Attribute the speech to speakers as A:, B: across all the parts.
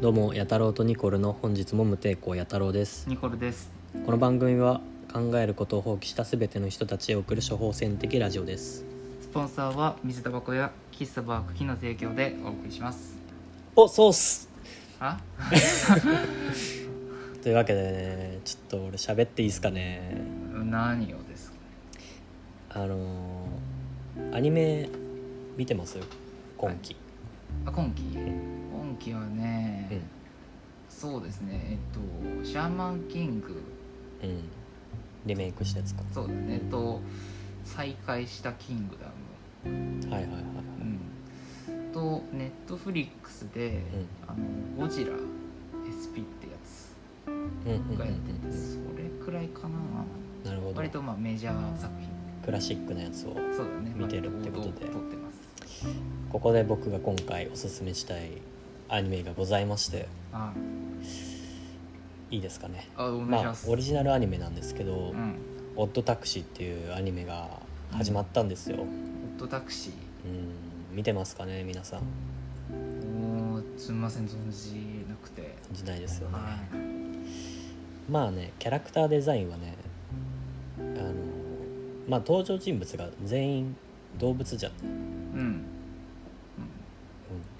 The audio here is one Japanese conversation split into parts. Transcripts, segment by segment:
A: どうもやたろうとニコルの本日も無抵抗やたろうです
B: ニコルです
A: この番組は考えることを放棄したすべての人たちへ送る処方箋的ラジオです
B: スポンサーは水タバコや喫茶バークキの提供でお送りします
A: おそうっす
B: あ
A: というわけでねちょっと俺喋っていいですかね
B: 何をですか
A: あのーアニメ見てます今期、
B: あ今期今期はね、
A: うん
B: そうですねえっとシャーマンキング
A: うんリメイクしたやつか
B: そうですねえっと再開したキングダ
A: はいはいはいはい
B: ム、うん、とネットフリックスで、あのゴジラ SP ってやつ
A: うんうんうんうん
B: が
A: う
B: やってて、
A: ん
B: それくらいかな
A: なるほど
B: 割とまあメジャー作品
A: クラシックなやつを
B: そうだね
A: 見てるってことで
B: 割王道を取ってます
A: ここで僕が今回おすすめしたいアニメがございまして
B: あ
A: いいですかね
B: あお願いし
A: まあ
B: ます、
A: オリジナルアニメなんですけど「
B: うん
A: オッドタクシー」っていうアニメが始まったんですよ、うん、
B: ホットタクシ
A: 見てますかね皆さん
B: ーもうすみません存じなくて
A: 感じないですよね
B: はい
A: まあねキャラクターデザインはねあのまあ登場人物が全員動物じゃん、うん、
B: うん、うん、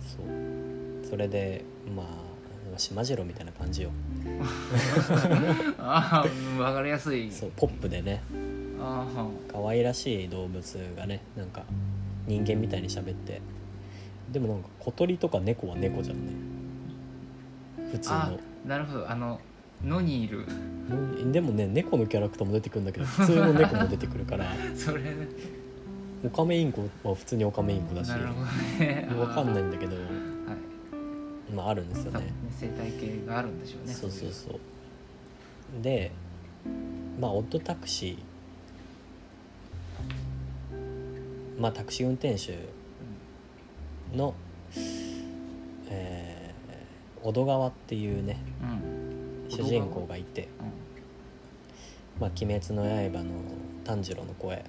A: そうそれでまあ島次郎みたいな感じよ
B: ああ分かりやすい
A: そうポップでね
B: ああ
A: 可愛らしい動物がねなんか人間みたいに喋ってでもなんか小鳥とか猫は猫じゃんね普通
B: あ
A: の
B: なるほどあの野にいる
A: うんでもね猫のキャラクターも出てくるんだけど普通の猫も出てくるから
B: それね
A: オカメインコは普通にオカメインコだし
B: なるほ
A: わ
B: どね
A: かんない
B: は
A: んだけど
B: い
A: まああるんですよ
B: 多分
A: ね
B: ね生態系があるんでしょうね
A: そうそう
B: い
A: そうでまあオッドタクシーまあタクシー運転手の、えー小戸川っていうね
B: うんうん
A: 主人公がいて
B: うん
A: 「まあ、鬼滅の刃」の炭治郎の声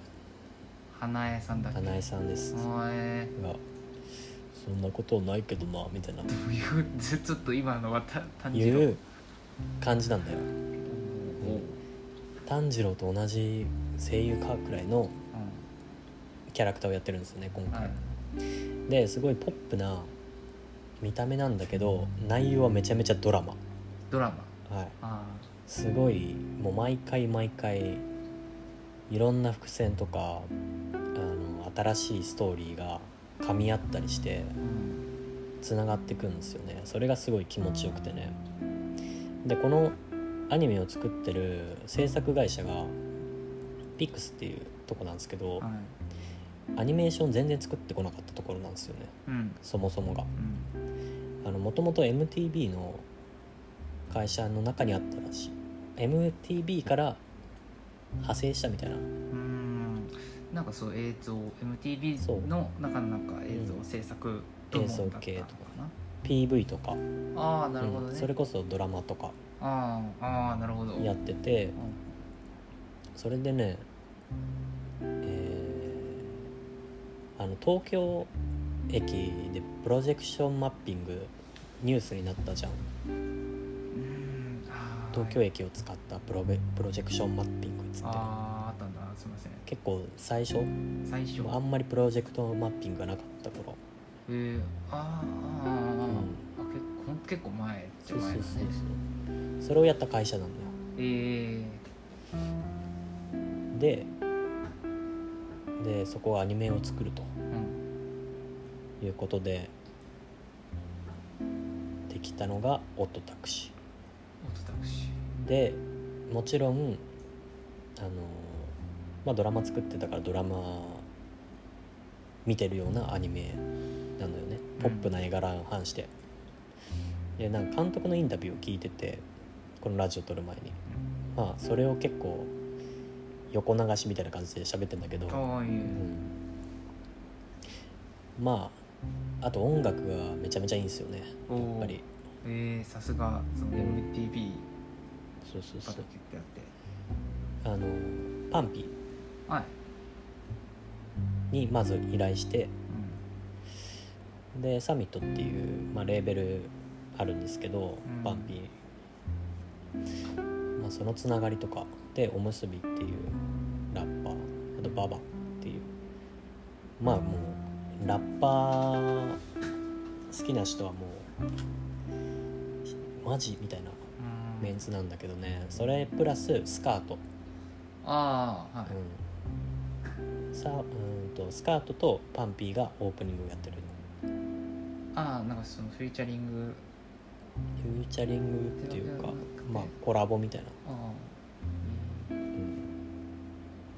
B: 花江さんだっけ
A: 花江さんですが
B: 花江
A: 「そんなことないけどな」みたいな
B: どういう ちょちょっと今のはた単純
A: いう感じなんだよ炭治郎と同じ声優かくらいのキャラクターをやってるんですよね今
B: うんは
A: 回
B: い
A: ですごいポップな見た目なんだけど内容はめちゃめちゃドラマ
B: ドラマ
A: はい
B: あ
A: すごいもう毎回毎回いろんな伏線とかあの新しいストーリーが噛み合ったりして
B: あ、うん、
A: つながってくんですよねそれがすごい気持ちよくてねでこのアニメを作ってる制作会社がピックスっていうとこなんですけど
B: はい
A: アニメーション全然作ってこなかったところなんですよね
B: うん
A: そもそもが
B: うん
A: あのもともと MTV の会社の中にあったらしい MTV から派生したみたいな
B: うんなんかそう映
A: そ
B: 像
A: う
B: MTV の中のなんか映
A: う
B: 像
A: ん
B: 制作部門だったのか
A: 映像系とか PV とか、
B: なああなるほどね、
A: うんそれこそドラマとか
B: ああああなるほど
A: やってて
B: うん
A: それでねえーあの東京駅でプロジェクションマッピングニュースになったじゃん
B: うんああ
A: 東京駅を使ったプロベプロジェクションマッピングっつって
B: あああったんだすいません
A: 結構最初
B: 最初
A: あんまりプロジェクトマッピングがなかった頃
B: えー、あーあーあー、あーあ結構ほんと結構前っち
A: そ
B: ゃ
A: うそう
B: 前
A: そう
B: だね
A: そうそれをやった会社なんだよ
B: え
A: ででそこはアニメを作ると
B: えうん
A: いうことでできたのが「オットタクシ
B: オートタクシ
A: ー」でもちろんあのまあドラマ作ってたからドラマ見てるようなアニメなのよねポップな絵柄を反して、でなんか監督のインタビューを聞いててこのラジオ撮る前にまあそれを結構横流しみたいな感じで喋ってんだけど、
B: ーああいいえ
A: うんまああと音楽がめちゃめちゃいいんですよね
B: お
A: や
B: ー
A: っぱり
B: えー、さすがその MTV
A: そうそうそ
B: 畑
A: う
B: ってあって
A: あのパンピ
B: はい、
A: にまず依頼して
B: う
A: でサミットっていう、まあ、レーベルあるんですけど、
B: うん
A: バンピー、まあ、そのつながりとかでおむすびっていうラッパーあとババっていうまあもうラッパー好きな人はもうマジみたいなメンツなんだけどねそれプラススカート
B: ああはい、
A: うん、さうんとスカートとパンピーがオープニングをやってる
B: ああなんかそのフューチャリン
A: フ
B: グ
A: ューチャリングっていうか
B: ではなくて
A: まあコラボみたいな、
B: ああ
A: うん、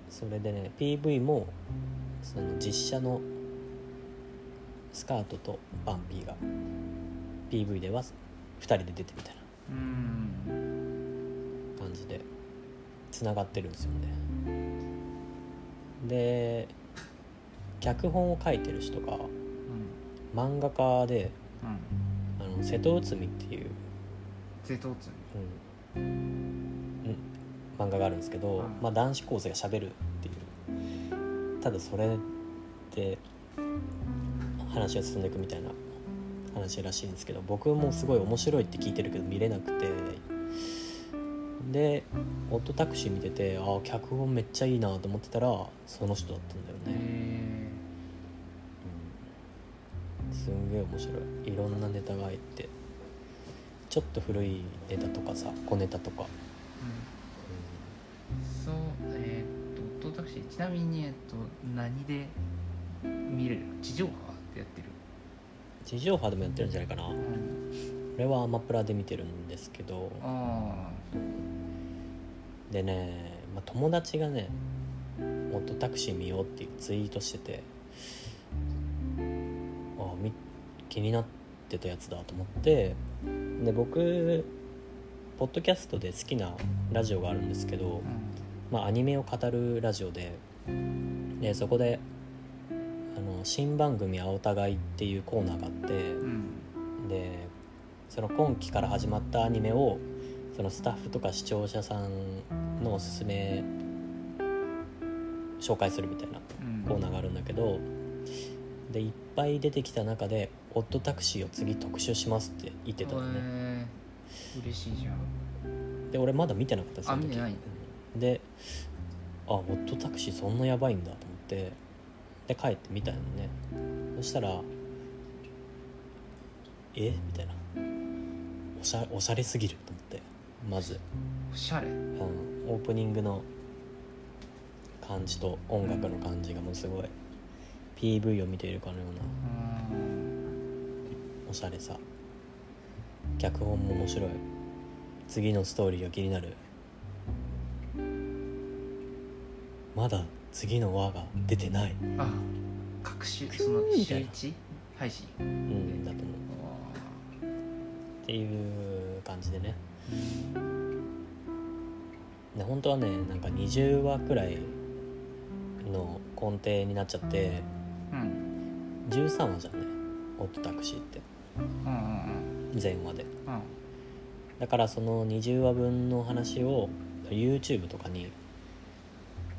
A: それでね PV もその実写のスカートとパンピーが PV では2人で出てみたい
B: うん
A: な感じでつながってるんですよねで脚本を書いてる人が
B: うん
A: 漫画家で
B: うん
A: あの瀬戸内海っていう、
B: ゼトウツミ
A: うんうん漫画があるんですけど、
B: うん
A: まあ、男子高生が喋るっていうただそれで話が進んでいくみたいな話らしいんですけど僕もすごい面白いって聞いてるけど見れなくてでオットタクシー見ててああ脚本めっちゃいいなと思ってたらその人だったんだよね。
B: へ
A: すんげえ面白いいろんなネタが入ってちょっと古いネタとかさ小ネタとか、
B: えそうえーっとオットタクシーちなみにえっと何で見れる地上波ってやってる、
A: 地上波でもやってるんじゃないかなこ
B: うん、
A: れはアマプラで見てるんですけど
B: あ
A: でね、まあ、友達がね「もっとタクシー見よう」っていうツイートしててあみ気になってたやつだと思ってで僕ポッドキャストで好きなラジオがあるんですけど、
B: あうん
A: まあ、アニメを語るラジオででそこであの新番組「青たがい」っていうコーナーがあっ
B: うん
A: てでその今期から始まったアニメをそのスタッフとか視聴者さんのおすすめ紹介するみたいな
B: うん
A: コーナーがあるんだけどでいっぱい出てきた中で「オットタクシーを次特集します」って言ってたのね。
B: へえ嬉しいじゃん
A: で俺まだ見てなかったその時
B: あ見てない
A: うんであホットタクシーそんなやばいんだと思ってで帰って見たのねそしたらえみたいなおしゃおしゃれすぎると思ってまず、
B: おしゃれ
A: うん、オープニングの感じと音楽の感じがもうすごい PV を見ているかのような
B: うん
A: おしゃれさ脚本も面白い次のストーリーが気になるまだ次の輪が出てない、
B: あ各週その
A: みた
B: 週
A: いな
B: 一配信
A: うん、だと思うっていう感じでねで本当はねなんか20話くらいの根底になっちゃって
B: うんうん
A: 13話じゃんねオットタクシーって
B: うんうん
A: 全話で
B: うん
A: だからその20話分の話を YouTube とかに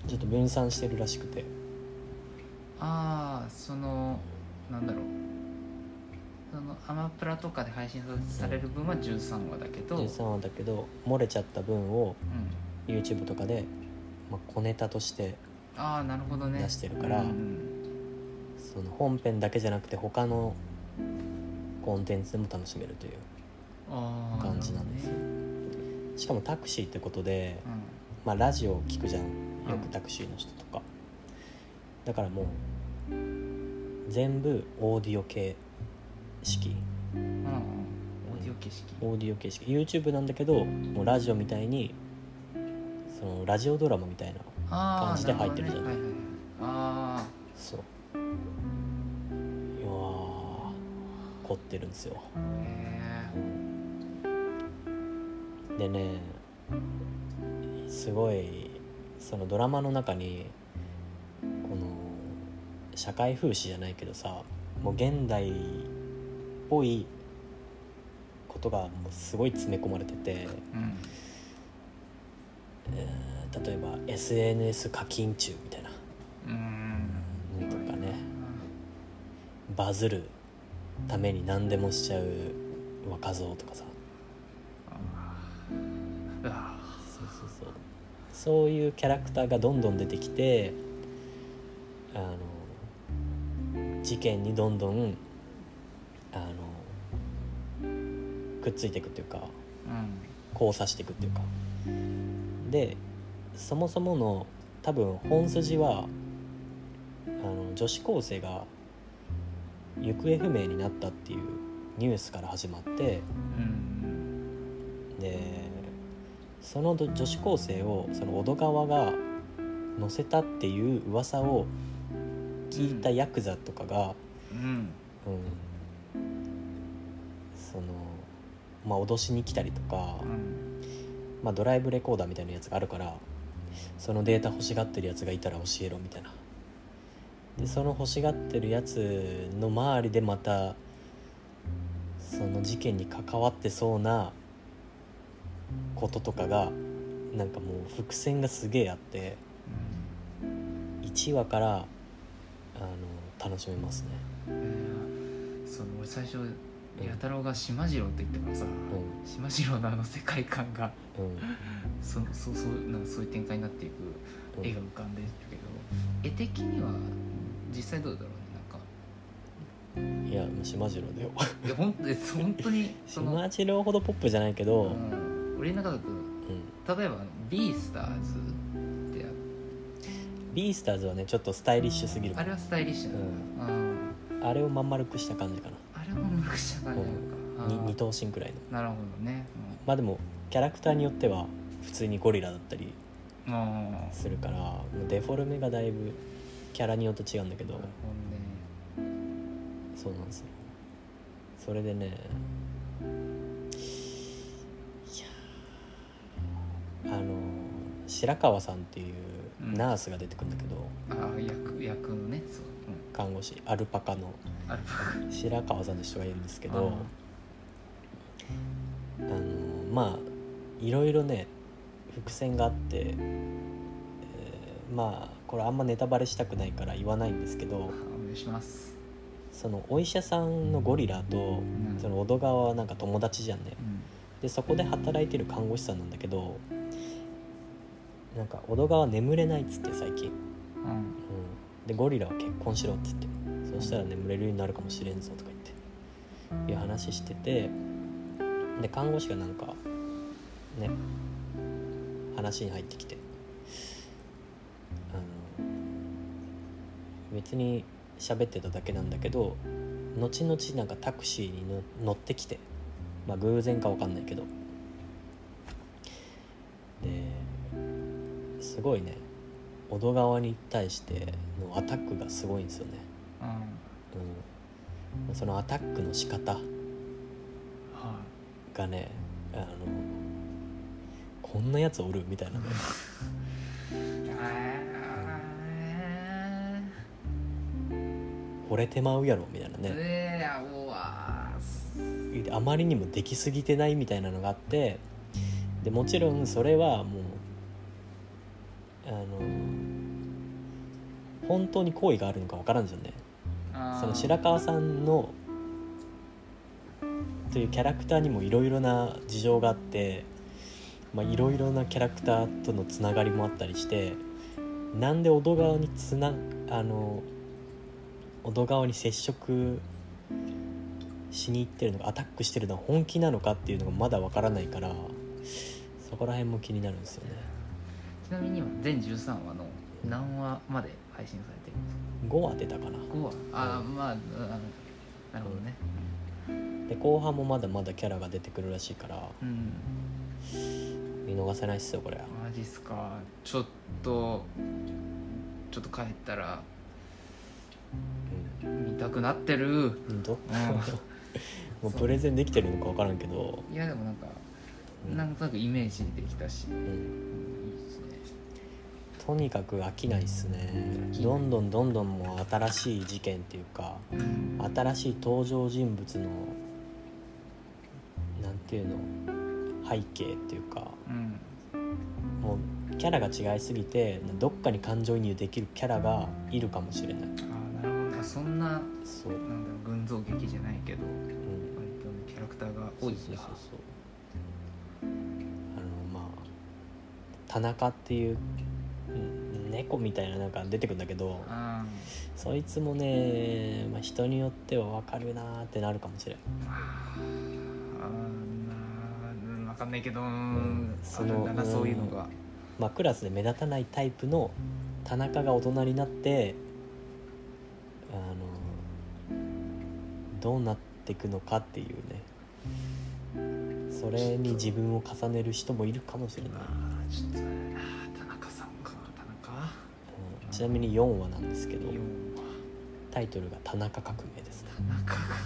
A: ちょっと分散してるらしくて
B: ああそのなんだろうそのアマプラとかで配信される分は13話だけど、うん
A: 13話だけど漏れちゃった分を YouTube とかで、まあ、小ネタとして
B: ああなるほどね
A: 出してるから
B: うん
A: その本編だけじゃなくて他のコンテンツでも楽しめるとい
B: ああ
A: 感じなんです
B: なる
A: うしかもタクシーってことで、
B: ほどね
A: まあ、ラジオを聞くじゃんよ
B: う
A: く
B: ん
A: タクシーの人とかだからもう全部オーディオ形式
B: うんうんうんオーディオ景色
A: オーディオ形式 YouTube なんだけどもうラジオみたいにそのラジオドラマみたいな
B: ああ
A: 感じで入ってるじゃん
B: なほどねはいはいはい、ああ
A: そういやー凝ってるんですよ
B: へ
A: でねすごいそのドラマの中にこの社会風刺じゃないけどさもう現代っぽいことがもうすごい詰め込まれてて、
B: えうん
A: えー例えば SNS 課金中みたいな
B: うん
A: とかねバズるために何でもしちゃう若造とかさ
B: うわ
A: そうそうそうそういうキャラクターがどんどん出てきてあの事件にどんどんあのくっついていくっていうか
B: うん
A: 交差していくっていうかでそもそもの多分本筋はあの女子高生が行方不明になったっていうニュースから始まって
B: うん
A: でその女子高生をその小戸川が乗せたっていう噂を聞いたヤクザとかが、
B: うん
A: うんそのまあ脅しに来たりとか、
B: うん
A: まあ、ドライブレコーダーみたいなやつがあるからそのデータ欲しがってるやつがいたら教えろみたいなでその欲しがってるやつの周りでまたその事件に関わってそうなこととかがなんかもう伏線がすげえあって1話からあの楽しめますね、
B: うんいやそう俺最初弥太郎が島次郎って言ってからさ
A: う
B: 島次郎のあの世界観が
A: んうんうん
B: そそうそうなんかそういう展開になっていく絵が浮かんでるけど絵的には実際どうだろうねなんか
A: いや島次郎だよ
B: いやほんえ本当にその、
A: 島次郎ほどポップじゃないけど、う
B: うん、俺の中だと
A: ん、
B: 例えば「ビースターズ」ってあ
A: ビースターズはねちょっとスタイリッシュすぎる
B: あれはスタイリッシュなの、うん、
A: あれをまん丸くした感じか
B: あれもむくしゃがなのか
A: な
B: あー
A: に二等身くらいの
B: なるほどね
A: まあでもキャラクターによっては普通にゴリラだったり
B: うんああ
A: するからもうデフォルメがだいぶキャラによって違うんだけど
B: なるほどね
A: そうなんですよそれでねいやーあの白川さんっていうナースが出てくるんだけど、
B: ああ役役のねそう、
A: 看護師アルパカの
B: うん、アルパカ
A: 白川さんの人がいるんですけ
B: う
A: ど
B: ん
A: あのまあいろいろね伏線があって、えーまあこれあんまネタバレしたくないから言わないんですけ
B: お
A: ど
B: 願いします
A: そのお医者さんのゴリラと
B: うん
A: その小戸川はなんか友達じゃんね
B: うん
A: でそこで働いてる看護師さんなんだけどなんか小戸川眠れないっつって最近、
B: うん
A: うん、でゴリラは結婚しろっつってそうしたら眠れるようになるかもしれんぞとか言っていう話しててで看護師がなんかね話に入ってきてあの別に喋ってただけなんだけど後々なんかタクシーにの乗ってきてまあ偶然かわかんないけどですごいね小戸川に対してのアタックがすごいんですよね、
B: うんはい
A: うん、そのアタックの仕方がねあのこんなやつおるみたいなね
B: え
A: 惚れてまうやろみたいな
B: ー、
A: ね
B: えー、うわーす
A: あまりにもできすぎてないみたいなのがあってでもちろんそれはもうあの本当に好意があるのかわからんじゃんね
B: あー
A: その白川さんのというキャラクターにもいろいろな事情があっていろいろなキャラクターとのつながりもあったりしてなんで小戸川につなあの小戸川に接触しに行ってるのかアタックしてるのは本気なのかっていうのがまだわからないからそこら辺も気になるんですよね
B: ちなみに今全13話の何話まで配信されてるんですか
A: 5は出たかな
B: 5話ああ
A: うん
B: まああのなるほどね
A: で後半もまだまだキャラが出てくるらしいから
B: うん
A: 見逃せないっすよこれは
B: マジっすかちょっとちょっと帰ったら見たくなってる、うん、
A: うんど もうプレゼンできてるのか分からんけど、
B: いやでもなんか
A: うん
B: なんとなくイメージできたし、
A: うん
B: いいですね
A: とにかく飽きないっすね
B: 飽きない
A: どんどんどんどんもう新しい事件っていうか
B: うん
A: 新しい登場人物のなんていうの背景っていうか
B: うん
A: もうキャラが違いすぎてどっかに感情移入できるキャラがいるかもしれない
B: ああなるほどねそそんな
A: そう、うん、
B: なんだろう群像劇じゃないけど割とねキャラクターが多
A: そうそう
B: いな
A: そうそうあのまあ田中っていううん猫みたいななんか出てくるんだけど
B: あ
A: そいつもね、まあ、人によっては分かるなーってなるかもしれん
B: ーあーなーわかんないけど
A: ん
B: そ
A: そ
B: の
A: の
B: だな
A: うん
B: そういうのが
A: まあ、クラスで目立たないタイプの田中が大人になってあのどうなっていくのかっていうねそれに自分を重ねる人もいるかもしれない、
B: あーちょっとねあー田中さんか田中
A: うんちなみに4話なんですけど
B: イオンは
A: タイトルが「田中革命」ですね
B: 田中が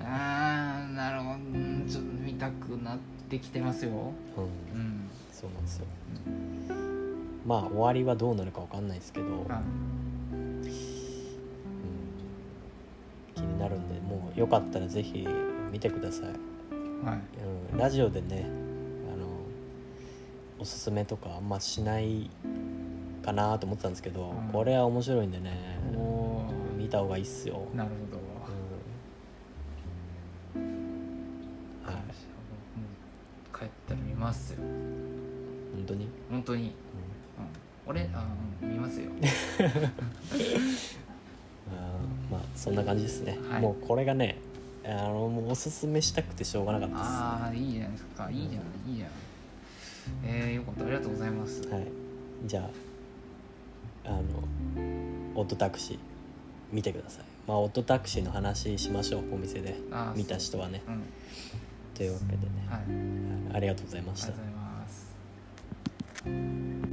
B: あーなるほどうんちょっと見たくなってきてますよ
A: う
B: うんん
A: そうなんですよまあ終わりはどうなるかわかんないですけど、うん
B: あ
A: 気になるんでもうよかったらぜひ見てください
B: はい
A: うん、ラジオでねあのおすすめとかあんましないかなと思ってたんですけど、
B: うん
A: これは面白いんでね
B: おお
A: 見た方がいいっすよ、
B: なるほ
A: う
B: ど
A: ん、はい
B: 帰ったら見ますよ
A: 本当に、
B: 本当に、うん、俺あうん見 ますよ
A: うん、あーまあそんな感じですね、
B: はい
A: もうこれがねあのもうおすすめしたくてしょうがなかった
B: ああいいじゃないですかいいじゃないいいじゃないえー、よかったありがとうございます
A: ですはいじゃああのオットタクシー見てくださいまあオットタクシーの話しましょうお店で
B: あー
A: 見た人はね
B: うんはい
A: というわけでね
B: あり
A: ありがとうございまし
B: が
A: た
B: とうございます